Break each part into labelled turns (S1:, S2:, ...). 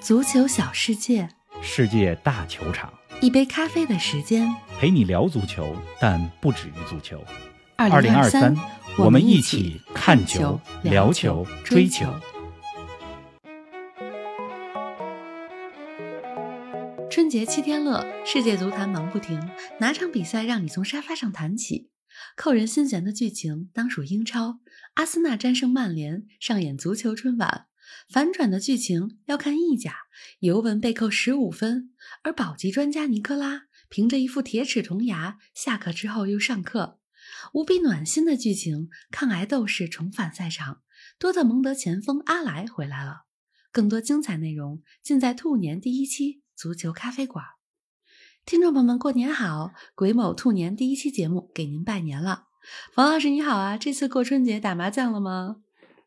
S1: 足球小世界，
S2: 世界大球场，
S1: 一杯咖啡的时间。
S2: 陪你聊足球，但不止于足球。
S1: 二零
S2: 二
S1: 三，
S2: 我
S1: 们
S2: 们一起看球、聊球、追球。
S1: 春节七天乐，世界足坛忙不停，哪场比赛让你从沙发上弹起？扣人心弦的剧情当属英超，阿森纳战胜曼联，上演足球春晚。反转的剧情要看意甲，尤文被扣十五分，而保级专家尼科拉凭着一副铁齿铜牙，下课之后又上课。无比暖心的剧情，抗癌斗士重返赛场，多特蒙德前锋阿莱回来了。更多精彩内容尽在兔年第一期足球咖啡馆。听众朋友们，过年好！癸卯兔年第一期节目给您拜年了。冯老师你好啊，这次过春节打麻将了吗？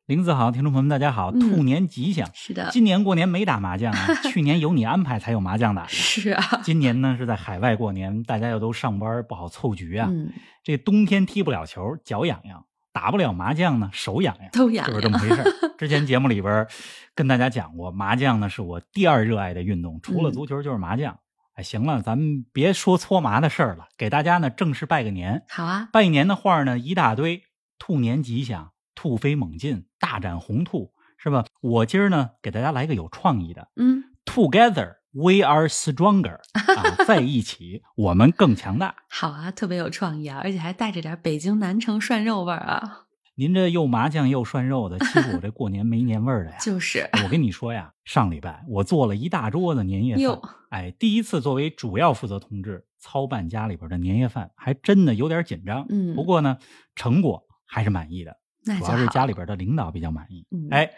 S2: 林子豪，听众朋友们，大家好，
S1: 嗯呃
S2: 兔年吉祥！
S1: 是的，
S2: 今年过年没打麻 将啊，去年有你安排才有麻将打。
S1: 是 啊，
S2: 今年呢是在海外过年，大家又都上班，不好凑局啊。
S1: 嗯，
S2: 这冬天踢不了球，脚痒痒；打不了麻将呢，手痒 痒。
S1: 都养
S2: 就是
S1: 了
S2: 这么回事儿。之前节目里边儿跟大家讲过，麻将呢是我第二热爱的运动，除了
S1: 嗯
S2: 足球就是麻将。哎，行了，咱们别说搓麻的事儿了，给大家呢正式拜个年。
S1: 好啊，
S2: 拜年的话儿呢一大堆，兔年吉祥，兔飞猛进，大展宏图，是吧？我今儿呢给大家来个有创意的
S1: 嗯，
S2: ，Together we are stronger 啊，在一起我们更强大。
S1: 好啊，特别有创意啊，而且还带着点北京南城涮肉味儿啊，
S2: 您这又麻将又涮肉的，欺负我这过年没年味儿的 呀！哎
S1: 就是
S2: 我跟你说呀，上礼拜我做了一大桌子年夜
S1: 哟
S2: 饭，，哎，第一次作为主要负责同志操办家里边的年夜饭，还真的有点紧张。
S1: 嗯
S2: 不过呢，成果还是满意的，
S1: 那
S2: 主
S1: 就
S2: 要是
S1: 好
S2: 家里边的领导比较满意。
S1: 嗯
S2: 哎，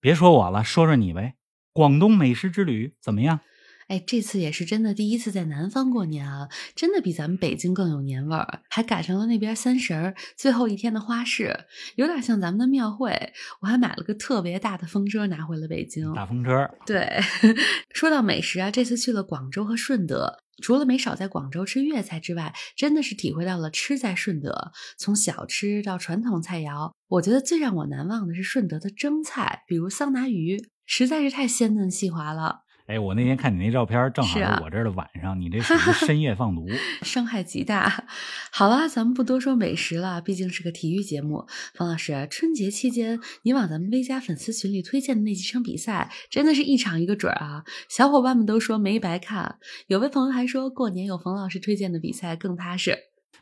S2: 别说我了，说说你呗。广东美食之旅怎么样？
S1: 哎，这次也是真的第一次在南方过年啊，真的比咱们北京更有年味儿，还赶上了那边三十儿最后一天的花市，有点像咱们的庙会。我还买了个特别大的风车拿回了北京。
S2: 嗯大风车，
S1: 对， 说到美食啊，这次去了广州和顺德，除了没少在广州吃粤菜之外，真的是体会到了吃在顺德，从小吃到传统菜肴，我觉得最让我难忘的是顺德的蒸菜，比如桑拿鱼，实在是太鲜嫩细滑了。
S2: 哎，我那天看你那照片，正好
S1: 是啊
S2: 是我这儿的晚上，你这属于深夜 放毒。
S1: 伤害极大。好啦，咱们不多说美食了，毕竟是个体育节目。方老师，春节期间您往咱们微家粉丝群里推荐的那几场比赛，真的是一场一个准儿啊！小伙伴们都说没白看，有位朋友还说过年有冯老师推荐的比赛更踏实。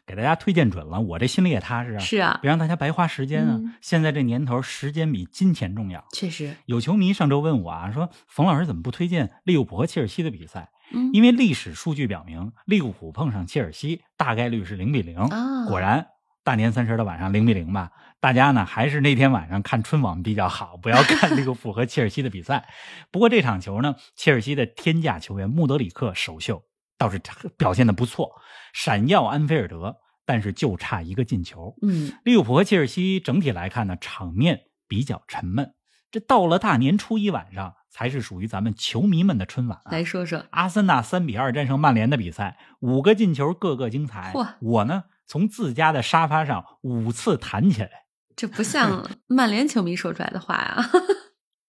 S2: 给大家推荐准了，我这心里也踏实啊，
S1: 是啊，
S2: 别让大家白花时间啊。
S1: 嗯
S2: 现在这年头，时间比金钱重要。
S1: 确实，
S2: 有球迷上周问我啊，说冯老师怎么不推荐利物浦和切尔西的比赛？
S1: 嗯，
S2: 因为历史数据表明，利物浦碰上切尔西大概率是零比零、
S1: 啊
S2: 果然，大年三十的晚上零比零吧。大家呢还是那天晚上看春晚比较好，不要看利物浦和切尔西的比赛。 不过这场球呢，切尔西的天价球员穆德里克首秀倒是表现的不错，闪耀安菲尔德，但是就差一个进球。
S1: 嗯，
S2: 利物浦和切尔西整体来看呢，场面比较沉闷。这到了大年初一晚上，才是属于咱们球迷们的春晚啊！
S1: 来说说，
S2: 阿森纳三比二战胜曼联的比赛，五个进球，个个精彩
S1: 嚯。
S2: 我呢，从自家的沙发上五次弹起来。
S1: 这 不像曼联球迷说出来的话啊。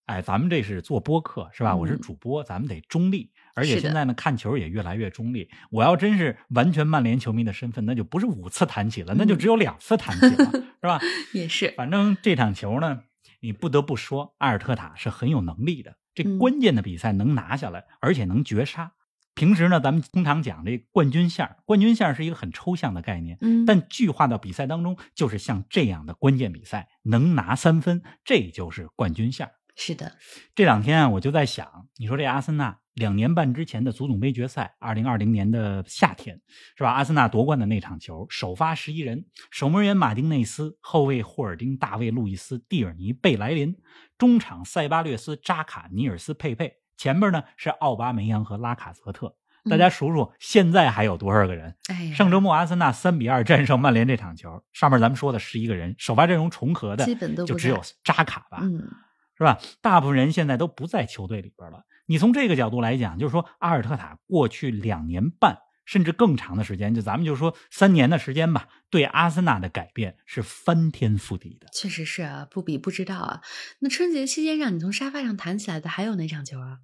S2: 哎，咱们这是做播客是吧？
S1: 嗯
S2: 我是主播，咱们得中立。而
S1: 是
S2: 且
S1: 的
S2: 现在呢，看球也越来越中立。我要真是完全曼联球迷的身份，那就不是五次弹起了，那就
S1: 嗯
S2: 只有两次弹起了，是吧？
S1: 也是，
S2: 反正这场球呢，你不得不说，阿尔特塔是很有能力的。这
S1: 嗯
S2: 关键的比赛能拿下来，而且能绝杀。平时呢，咱们通常讲这冠军线儿，冠军线儿是一个很抽象的概念，
S1: 嗯，
S2: 但具化到比赛当中，就是像这样的关键比赛能拿三分，这就是冠军线儿。
S1: 是的，
S2: 这两天啊，我就在想，你说这阿森纳两年半之前的足总杯决赛，二零二零年的夏天，是吧？阿森纳夺冠的那场球，首发十一人，守门员马丁内斯，后卫霍尔丁、大卫·路易斯、蒂尔尼、贝莱林，中场塞巴略斯、扎卡、尼尔斯、佩佩，前面呢是奥巴梅扬和拉卡泽特。
S1: 嗯
S2: 大家数数，现在还有多少个人？
S1: 哎呀，
S2: 上周末阿森纳三比二战胜曼联这场球，上面咱们说的十一个人，首发阵容重合的
S1: 基本都
S2: 就
S1: 不
S2: 只有
S1: 在
S2: 扎卡吧？
S1: 嗯，
S2: 是吧？大部分人现在都不在球队里边了。你从这个角度来讲，就是说阿尔特塔过去两年半甚至更长的时间，就咱们就说三年的时间吧，对阿森纳的改变是翻天覆地的。
S1: 确实是啊，不比不知道啊。那春节期间让你从沙发上弹起来的还有哪场球啊？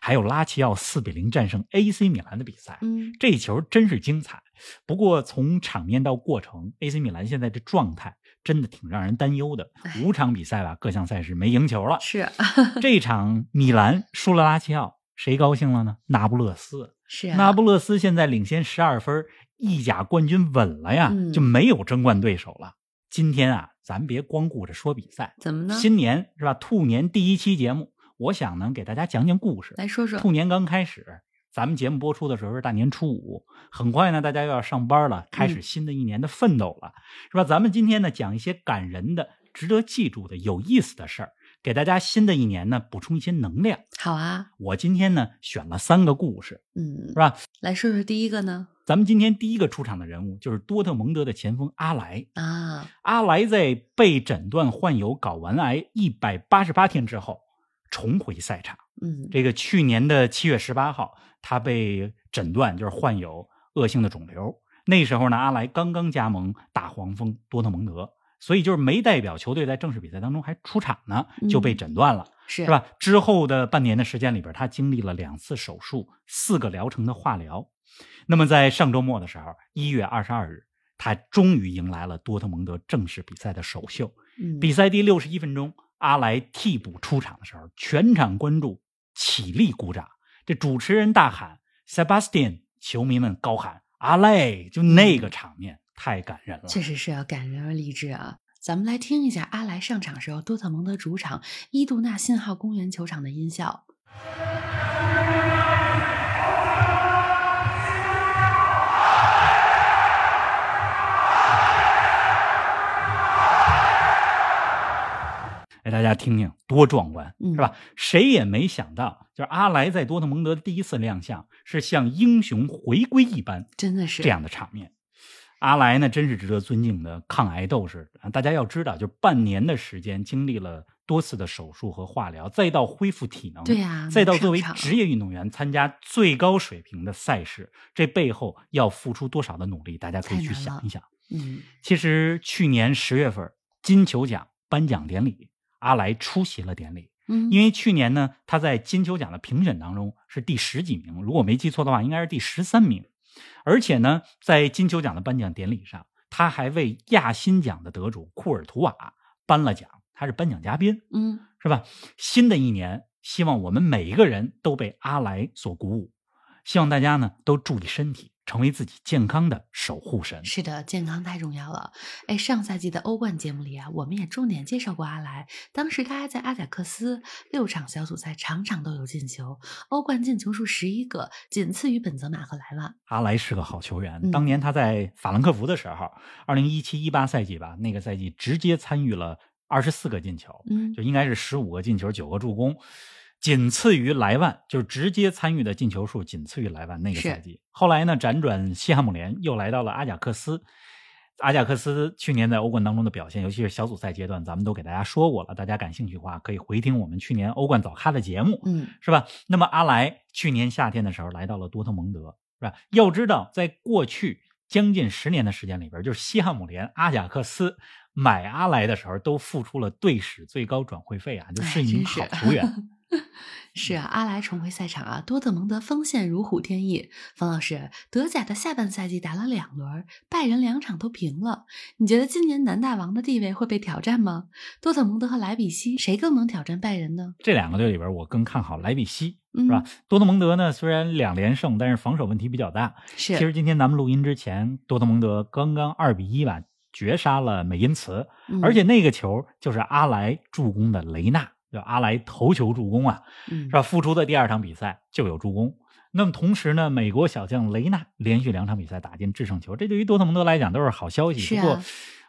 S2: 还有拉齐奥四比零战胜 AC 米兰的比赛。
S1: 嗯
S2: 这一球真是精彩，不过从场面到过程，AC 米兰现在这状态真的挺让人担忧的
S1: 哎。
S2: 五场比赛吧，各项赛事没赢球了，
S1: 是啊
S2: 这一场米兰输了拉齐奥，谁高兴了呢？那不勒斯，
S1: 是啊，
S2: 那不勒斯现在领先十二分，意甲冠军稳了呀
S1: 嗯，
S2: 就没有争冠对手了。今天啊，咱别光顾着说比赛，
S1: 怎么呢？
S2: 新年是吧？兔年第一期节目，我想呢给大家讲讲故事。
S1: 来说说，
S2: 兔年刚开始，咱们节目播出的时候是大年初五，很快呢大家又要上班了，开
S1: 嗯
S2: 始新的一年的奋斗了，是吧？咱们今天呢讲一些感人的、值得记住的、有意思的事儿，给大家新的一年呢补充一些能量。
S1: 好啊，
S2: 我今天呢选了三个故事，
S1: 嗯，是
S2: 吧？
S1: 来说说第一个呢
S2: 咱们今天第一个出场的人物就是多特蒙德的前锋阿莱。
S1: 啊，
S2: 阿莱在被诊断患有睾丸癌一百八十八天之后重回赛场。
S1: 嗯，
S2: 这个去年的七月十八号，他被诊断就是患有恶性的肿瘤。那时候呢，阿莱刚刚加盟大黄蜂多特蒙德，所以就是没代表球队在正式比赛当中还出场呢，就被诊断了，
S1: 是
S2: 是？吧？之后的半年的时间里边，他经历了两次手术、四个疗程的化疗。那么在上周末的时候，一月二十二日，他终于迎来了多特蒙德正式比赛的首秀。
S1: 嗯，
S2: 比赛第六十一分钟，阿莱替补出场的时候，全场观众起立鼓掌，这主持人大喊 “Sebastian”，球迷们高喊“阿莱”，就那个场面、太感人了。
S1: 确实是要感人而励志啊。咱们来听一下阿莱上场时候多特蒙德主场伊杜纳信号公园球场的音效。
S2: 哎，大家听听，多壮观，
S1: 嗯
S2: 是吧？谁也没想到，就是阿莱在多特蒙德第一次亮相，是像英雄回归一般
S1: 真的是
S2: 这样的场面。阿莱呢，真是值得尊敬的抗癌斗士。啊大家要知道，就半年的时间，经历了多次的手术和化疗，再到恢复体能，
S1: 对呀
S2: 再到
S1: 能
S2: 作为
S1: 上场
S2: 职业运动员参加最高水平的赛事，这背后要付出多少的努力，大家可以
S1: 太
S2: 去
S1: 难了
S2: 想一想。
S1: 嗯，
S2: 其实去年十月份金球奖颁奖典礼，阿莱出席了典礼，
S1: 嗯，
S2: 因
S1: 为
S2: 为去年呢，他在金球奖的评选当中是第十几名，如果没记错的话，应该是第十三名。而且呢，在金球奖的颁奖典礼上，他还为亚新奖的得主库尔图瓦颁了奖，他是颁奖嘉宾，
S1: 嗯
S2: 是吧？新的一年，希望我们每一个人都被阿莱所鼓舞，希望大家呢都注意身体，成为自己健康的守护神。
S1: 是的，健康太重要了。哎，上赛季的欧冠节目里啊，我们也重点介绍过阿莱，当时他还在阿贾克斯六场小组赛场场都有进球，欧冠进球数十一个，仅次于本泽马和莱万。
S2: 阿莱是个好球员，
S1: 嗯
S2: 当年他在法兰克福的时候，二零一七一八赛季吧，那个赛季直接参与了二十四个进球，
S1: 嗯
S2: 就应该是十五个进球，九个助攻，仅次于莱万，就是直接参与的进球数仅次于莱万那个
S1: 是
S2: 赛季。后来呢，辗转西汉姆联，又来到了阿贾克斯。阿贾克斯去年在欧冠当中的表现，尤其是小组赛阶段，咱们都给大家说过了。大家感兴趣的话，可以回听我们去年欧冠早咖的节目。
S1: 嗯，
S2: 是吧？那么阿莱去年夏天的时候来到了多特蒙德，是吧？要知道，在过去将近十年的时间里边，就是西汉姆联、阿贾克斯买阿莱的时候，都付出了队史最高转会费啊，就
S1: 哎
S2: 是一名
S1: 真是
S2: 好 球员。
S1: 是
S2: 嗯
S1: 啊，阿莱重回赛场啊，多特蒙德锋线如虎添翼。冯老师，德甲的下半赛季打了两轮，拜仁两场都平了，你觉得今年南大王的地位会被挑战吗？多特蒙德和莱比锡谁更能挑战拜仁呢？
S2: 这两个队里边，我更看好莱比锡，
S1: 嗯，
S2: 是吧？多特蒙德呢，虽然两连胜，但是防守问题比较大。
S1: 是，
S2: 其实今天咱们录音之前，多特蒙德刚刚二比一吧绝杀了美因茨，
S1: 嗯
S2: 而且那个球就是阿莱助攻的雷纳，就阿莱头球助攻啊。
S1: 嗯
S2: 是吧？复出的第二场比赛就有助攻。那么同时呢，美国小将雷纳连续两场比赛打进制胜球，这对于多特蒙德来讲都是好消息。
S1: 是啊
S2: 不过，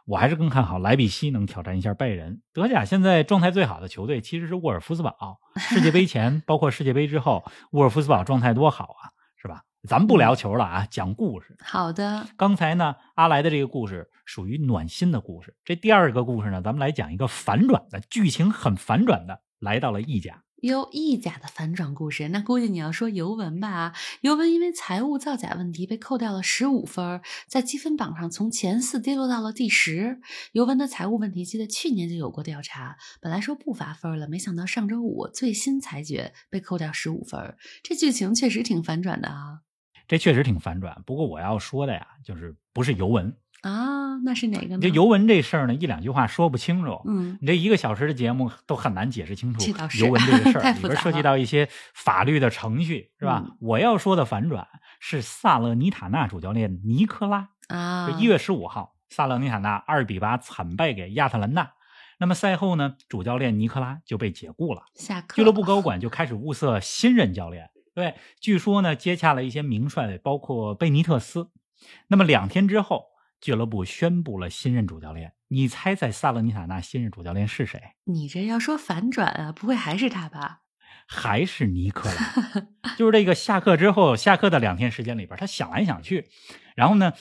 S2: 我还是更看好莱比锡能挑战一下拜仁。德甲现在状态最好的球队其实是沃尔夫 斯堡。世界杯前，包括世界杯之后，沃尔夫斯堡状态多好啊，是吧？咱们不聊球了啊，讲故事。
S1: 好的，
S2: 刚才呢，阿来的这个故事属于暖心的故事。这第二个故事呢，咱们来讲一个反转的，剧情很反转的，来到了意甲。
S1: 有意甲的反转故事，那估计你要说尤文吧？尤文因为财务造假问题被扣掉了十五分儿，在积分榜上从前四跌落到了第十。尤文的财务问题记得去年就有过调查，本来说不罚分了，没想到上周五最新裁决被扣掉十五分儿，这剧情确实挺反转的啊！
S2: 这确实挺反转。不过我要说的呀，就是不是尤文，
S1: 啊，那是哪个呢？
S2: 这尤文这事儿呢，一两句话说不清楚。
S1: 嗯，
S2: 你这一个小时的节目都很难解释清楚
S1: 这倒是
S2: 尤文这个事
S1: 太
S2: 儿，
S1: 复杂
S2: 里边涉及
S1: 了
S2: 到一些法律的程序，是吧？
S1: 嗯
S2: 我要说的反转是萨勒尼塔纳主教练尼科拉，
S1: 啊，
S2: 就一月十五号，萨勒尼塔纳二比八惨败给亚特兰大。那么赛后呢，主教练尼科拉就被解雇了，
S1: 下课，
S2: 俱乐部高管就开始物色新任教练。对，据说呢，接洽了一些名帅，包括贝尼特斯。那么两天之后，俱乐部宣布了新任主教练。你猜猜萨勒尼塔纳新任主教练是谁？
S1: 你这要说反转啊，不会还是他吧？
S2: 还是尼克拉， 就是这个下课之后，下课的两天时间里边，他想来想去，然后呢，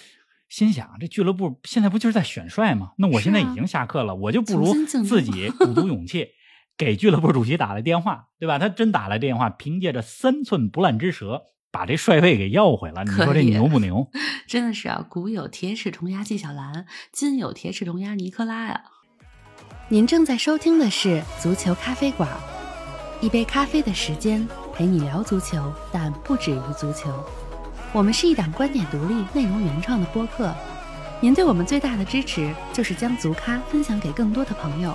S2: 心想这俱乐部现在不就是在选帅吗？那我现在
S1: 是啊
S2: 已经下课了，我就不
S1: 重新竞
S2: 如
S1: 争
S2: 自己鼓足 勇气，给俱乐部主席打来电话，对吧？他真打来电话，凭借着三寸不烂之舌，把这帅位给要回来。你
S1: 可
S2: 说这
S1: 以
S2: 牛不牛？
S1: 真的是啊，古有铁齿铜牙纪晓岚，今有铁齿铜牙尼克拉呀、您正在收听的是《足球咖啡馆》，一杯咖啡的时间陪你聊足球，但不止于足球。我们是一档观点独立、内容原创的播客。您对我们最大的支持就是将足咖分享给更多的朋友，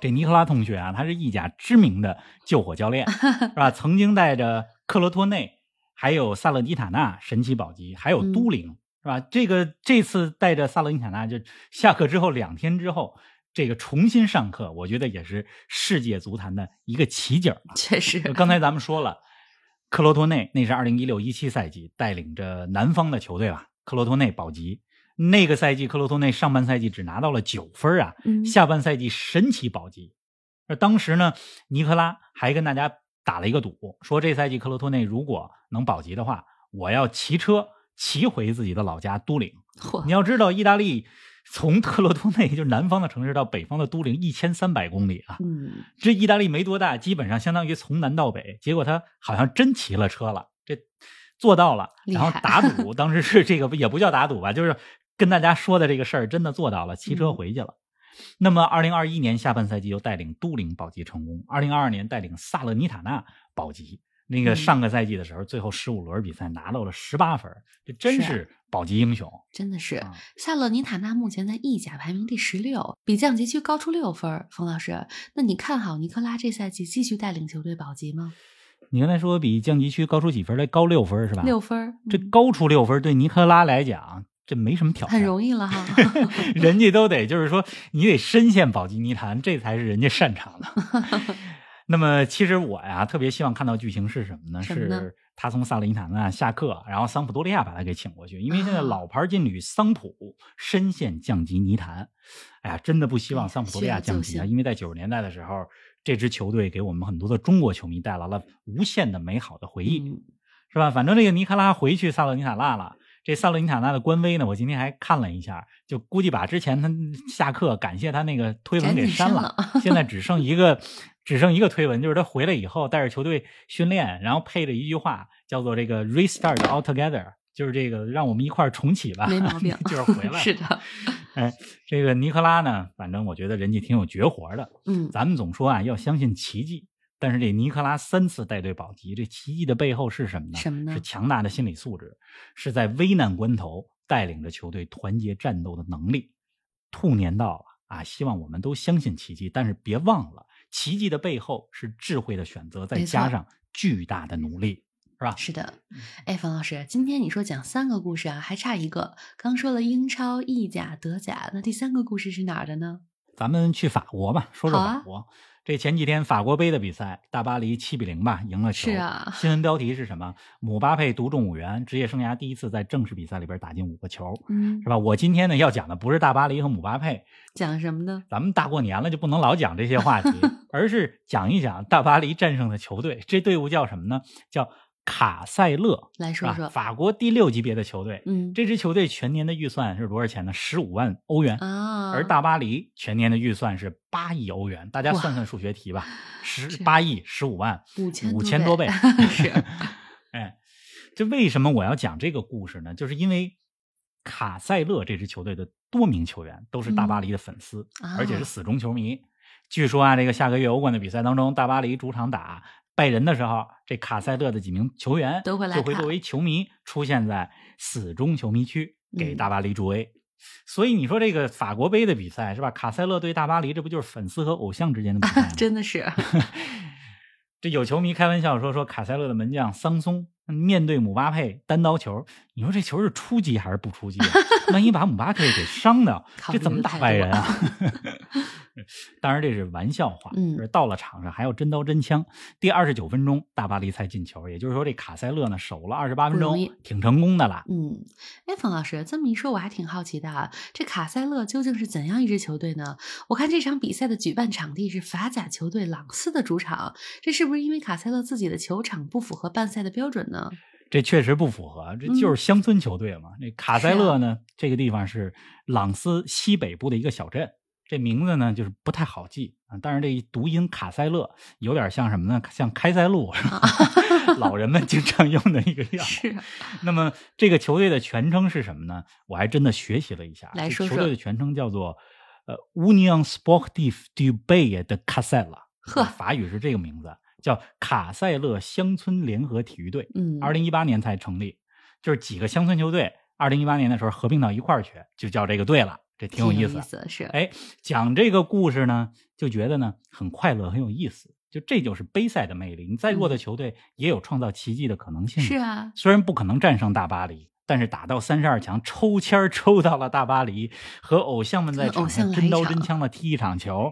S2: 这尼克拉同学啊，他是意甲知名的救火教练，是吧？曾经带着克罗托内，还有萨勒尼塔纳神奇保级，还有都灵，是吧？这个这次带着萨勒尼塔纳，就下课之后两天之后，这个重新上课，我觉得也是世界足坛的一个奇景儿吧。
S1: 确实，
S2: 就刚才咱们说了，克罗托内那是二零一六一七赛季带领着南方的球队吧，克罗托内保级。那个赛季，克罗托内上半赛季只拿到了九分啊，
S1: 嗯
S2: 下半赛季神奇保级。而当时呢，尼克拉还跟大家打了一个赌，说这赛季克罗托内如果能保级的话，我要骑车骑回自己的老家都灵。
S1: 嚯
S2: 你要知道，意大利从特罗托内就是南方的城市到北方的都灵一千三百公里啊，
S1: 嗯，
S2: 这意大利没多大，基本上相当于从南到北。结果他好像真骑了车了，这做到了。
S1: 厉
S2: 然
S1: 害
S2: 后打 赌，当时是这个也不叫打赌吧，就是跟大家说的这个事儿真的做到了，骑车
S1: 嗯
S2: 回去了。那么，二零二一年下半赛季又带领都灵保级成功，二零二二年带领萨勒尼塔纳保级。那个
S1: 嗯
S2: 上个赛季的时候，最后十五轮比赛拿到了十八分，这真
S1: 是啊
S2: 是保级英雄。
S1: 真的是。
S2: 啊
S1: 萨勒尼塔纳目前在意甲排名第十六，比降级区高出六分儿。冯老师，那你看好尼克拉这赛季继续带领球队保级吗？
S2: 你刚才说比降级区高出几分来？高六分是吧？
S1: 六分儿，
S2: 这
S1: 嗯
S2: 高出六分，对尼克拉来讲，这没什么挑战，
S1: 很容易了哈。
S2: 人家都得就是说，你得深陷宝鸡泥潭，这才是人家擅长 的。那么，其实我呀，特别希望看到剧情是什么呢？
S1: 什么呢
S2: 是他从萨勒尼塔纳下课，然后桑普多利亚把他给请过去，因为现
S1: 啊
S2: 在老牌劲旅桑普深陷降级泥潭。哎呀，真的不希望桑普多利
S1: 哎
S2: 亚
S1: 呀
S2: 降级
S1: 就
S2: 啊，
S1: 行
S2: 因为在九十年代的时候，这支球队给我们很多的中国球迷带来了无限的美好的回忆。
S1: 嗯，
S2: 是吧？反正这个尼克拉回去萨勒尼塔纳了。这萨勒尼塔纳的官微呢，我今天还看了一下，就估计把之前他下课感谢他那个推文给删了，现在只剩一个， 只剩一个推文，就是他回来以后带着球队训练，然后配了一句话，叫做这个 “restart all together”，就是这个让我们一块儿重启吧，
S1: 没毛病
S2: 就是回来了。
S1: 是的，
S2: 这个尼克拉呢，反正我觉得人家挺有绝活的，
S1: 嗯，
S2: 咱们总说啊，要相信奇迹，但是这尼克拉三次带队保级，这奇迹的背后是什么呢？
S1: 什么呢
S2: 是强大的心理素质，是在危难关头带领着球队团结战斗的能力。兔年到了啊，希望我们都相信奇迹，但是别忘了，奇迹的背后是智慧的选择，再
S1: 没错
S2: 加上巨大的努力，是吧？
S1: 是的，
S2: 嗯
S1: 哎，冯老师，今天你说讲三个故事啊，还差一个。刚说了英超、意甲、德甲，那第三个故事是哪儿的呢？
S2: 咱们去法国吧，说说
S1: 好啊
S2: 法国。这前几天法国杯的比赛，大巴黎七比零吧赢了球。
S1: 是啊，
S2: 新闻标题是什么？姆巴佩独中五元，职业生涯第一次在正式比赛里边打进五个球，
S1: 嗯
S2: 是，吧？我今天呢要讲的不是大巴黎和姆巴佩，
S1: 讲什么呢？
S2: 咱们大过年了就不能老讲这些话题，而是讲一讲大巴黎战胜的球队。这队伍叫什么呢？叫卡塞勒，
S1: 来
S2: 是
S1: 说
S2: 吧？
S1: 说，
S2: 法国第六级别的球队。
S1: 嗯
S2: 啊这支球队全年的预算是多少钱呢？十五万欧元。
S1: 啊，
S2: 而大巴黎全年的预算是八亿欧元，大家
S1: 哇
S2: 算算数学题吧，十
S1: 是
S2: 八亿十五万
S1: 五千
S2: 五千多
S1: 多
S2: 倍
S1: 是，
S2: 哎，这为什么我要讲这个故事呢？就是因为卡塞勒这支球队的多名球员都是大巴黎的粉丝，
S1: 啊
S2: 而且是死忠球迷。据说啊，这个下个月欧冠的比赛当中，大巴黎主场打拜仁的时候，这卡塞勒的几名球员
S1: 都会来
S2: 就会
S1: 看
S2: 作为球迷出现在死忠球迷区，给
S1: 嗯
S2: 大巴黎助威。所以你说这个法国杯的比赛是吧？卡塞勒对大巴黎，这不就是粉丝和偶像之间的比赛吗？
S1: 真的是，
S2: 这有球迷开玩笑说说卡塞勒的门将桑松面对姆巴佩单刀球，你说这球是出击还是不出击、啊？ 万一把姆巴佩给伤到，
S1: 考
S2: 这
S1: 虑
S2: 怎么
S1: 得
S2: 打
S1: 太
S2: 败
S1: 多
S2: 人啊？ 当然这是玩笑话，
S1: 嗯
S2: 就是到了场上还要真刀真枪。第二十九分钟，大巴黎才进球，也就是说这卡塞勒呢守了二十八分
S1: 不容
S2: 钟
S1: 易，
S2: 挺成功的啦。
S1: 嗯，哎，冯老师这么一说，我还挺好奇的啊，这卡塞勒究竟是怎样一支球队呢？我看这场比赛的举办场地是法甲球队朗斯的主场，这是不是因为卡塞勒自己的球场不符合办赛的标准呢？
S2: 这确实不符合，这
S1: 嗯
S2: 就是乡村球队嘛。这卡
S1: 啊
S2: 塞勒呢，这个地方是朗斯西北部的一个小镇，这名字呢就是不太好记啊。但是这一读音卡塞勒有点像什么呢？像开塞露，是吧 老人们经常用的一个药。
S1: 啊是，
S2: 那么这个球队的全称是什么呢？我还真的学习了一下，
S1: 来
S2: 这
S1: 说
S2: 球
S1: 说
S2: 队的全称叫做呃 Union Sportive du Bay 的卡塞勒，
S1: 呵
S2: 法语是这个名字，叫卡塞勒乡村联合体育队。
S1: 嗯，
S2: 二零一八年才成立，就是几个乡村球队，二零一八年的时候合并到一块儿去，就叫这个队了，这挺有意思。
S1: 思，是，
S2: 哎，讲这个故事呢，就觉得呢很快乐，很有意思。就这就是杯赛的魅力，你再弱的球队也有创造奇迹的可能性。
S1: 嗯是，啊，
S2: 虽然不可能战胜大巴黎。但是打到三十二强，抽签儿抽到了大巴黎，和偶像们在
S1: 和偶
S2: 场
S1: 像
S2: 上
S1: 来
S2: 真
S1: 一
S2: 刀
S1: 场
S2: 真枪的踢一场球，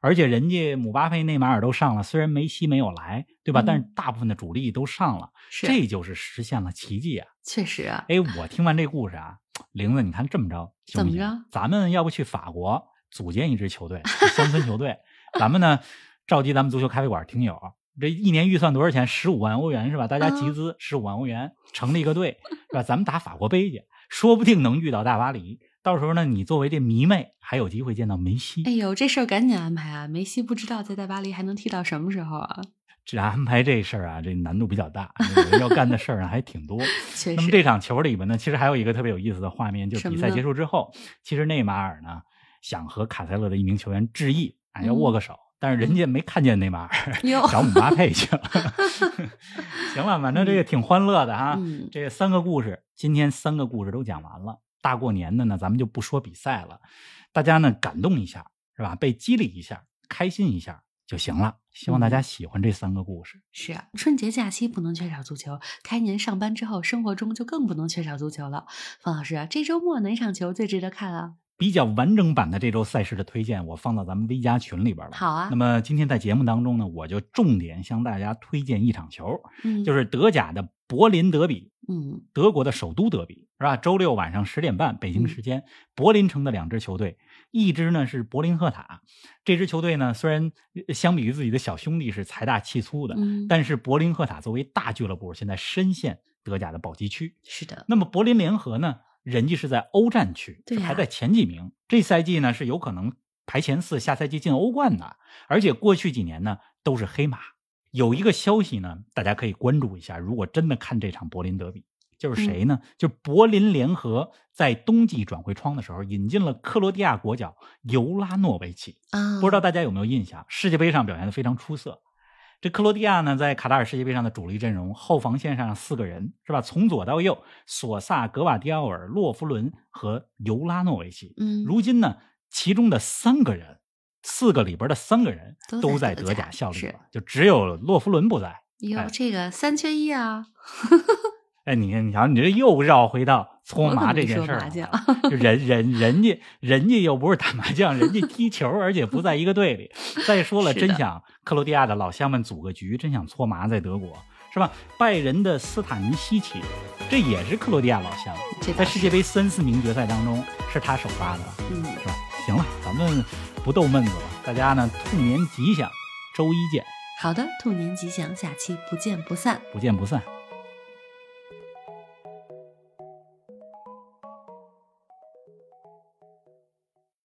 S2: 而且人家姆巴佩、内马尔都上了，虽然梅西没有来，对吧？
S1: 嗯
S2: 但是大部分的主力都上了，
S1: 是，啊
S2: 这就是实现了奇迹啊！
S1: 确实啊，
S2: 哎，我听完这故事啊，玲子，你看这么着行不行
S1: 怎么着？
S2: 咱们要不去法国组建一支球队，乡村球队？咱们呢，召集咱们足球咖啡馆听友，这一年预算多少钱？十五万欧元是吧？大家集
S1: 嗯
S2: 资十五万欧元，成立一个队是吧？咱们打法国杯去，说不定能遇到大巴黎。到时候呢，你作为这迷妹，还有机会见到梅西。
S1: 哎呦，这事儿赶紧安排啊！梅西不知道在大巴黎还能踢到什么时候啊？
S2: 这安排这事儿啊，这难度比较大， 这个要干的事儿啊还挺多。
S1: 确
S2: 那么
S1: 实，
S2: 这场球里边呢，其实还有一个特别有意思的画面，就是
S1: 什么
S2: 比赛
S1: 呢
S2: 结束之后，其实内马尔呢想和卡塞勒的一名球员致意，啊要
S1: 嗯
S2: 握个手，但是人家没看见内马尔，
S1: 哟
S2: 找姆巴佩 去了。 行了，反正这个挺欢乐的哈。
S1: 嗯，
S2: 这三个故事，今天三个故事都讲完了。大过年的呢，咱们就不说比赛了，大家呢感动一下，是吧？被激励一下，开心一下就行了。希望大
S1: 嗯
S2: 家喜欢这三个故事。
S1: 是啊，春节假期不能缺少足球，开年上班之后，生活中就更不能缺少足球了。方老师啊，这周末哪场球最值得看啊？
S2: 比较完整版的这周赛事的推荐，我放到咱们 V 加群里边了。
S1: 好啊
S2: 那么今天在节目当中呢，我就重点向大家推荐一场球，
S1: 嗯，
S2: 就是是德甲的柏林德比，
S1: 嗯，
S2: 德国的首都德比，是吧？周六晚上十点半，北京时间，柏林城的两支球队，一支呢是柏林赫塔，这支球队呢虽然呃相比于自己的小兄弟是财大气粗的，
S1: 嗯
S2: 但是柏林赫塔作为大俱乐部，现在深陷德甲的保级区。
S1: 是的，
S2: 那么柏林联合呢，人家是在欧战区，
S1: 对
S2: 是
S1: 呀
S2: 排在前几名。这赛季呢是有可能排前四，下赛季进欧冠的。而且过去几年呢都是黑马。有一个消息呢，大家可以关注一下。如果真的看这场柏林德比，就
S1: 嗯
S2: 是谁呢？就是柏林联合在冬季转会窗的时候引进了克罗地亚国脚尤拉诺维奇。
S1: 啊，
S2: 不知道大家有没有印象，世界杯上表现的非常出色。这克罗地亚呢，在卡塔尔世界杯上的主力阵容，后防线上四个人是吧？从左到右，索萨、格瓦迪奥尔、洛夫伦和尤拉诺维奇。
S1: 嗯，
S2: 如今呢，其中的三个人，四个里边的三个人
S1: 都在
S2: 都在
S1: 德
S2: 德
S1: 甲
S2: 甲效力
S1: 是
S2: 了，就只有洛夫伦不在。
S1: 哟
S2: 哎，
S1: 这个三缺一啊，
S2: 哎，你看，你瞧，你这又绕回到搓麻这件事
S1: 我
S2: 儿
S1: 可能就说
S2: 啊。
S1: 麻 将，
S2: 就人人人家人家又不是打麻将，人家踢球，而且不在一个队里。再说了，
S1: 是的
S2: 真想克罗地亚的老乡们组个局，真想搓麻在德国，是吧？拜仁的斯塔尼西奇，这也是克罗地亚老乡，
S1: 这倒
S2: 在世界杯三四名决赛当中是他首发的，
S1: 嗯，
S2: 是吧？行了，咱们不逗闷子了，大家呢兔年吉祥，周一见，
S1: 好的，兔年吉祥，下期不见不散。
S2: 不见不散。